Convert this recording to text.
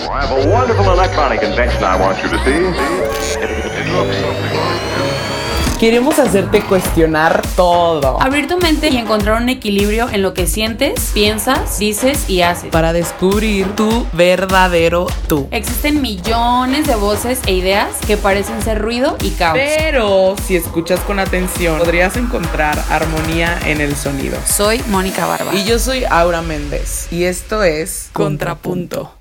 Well, I have a wonderful electronic invention I want you to see. It, it looks something like this. Queremos hacerte cuestionar todo Abrir tu mente y encontrar un equilibrio en lo que sientes, piensas, dices y haces. para descubrir tu verdadero tú. Existen millones de voces e ideas que parecen ser ruido y caos. Pero si escuchas con atención, podrías encontrar armonía en el sonido. Soy Mónica Barba. Y yo soy Aura Méndez y esto es Contrapunto.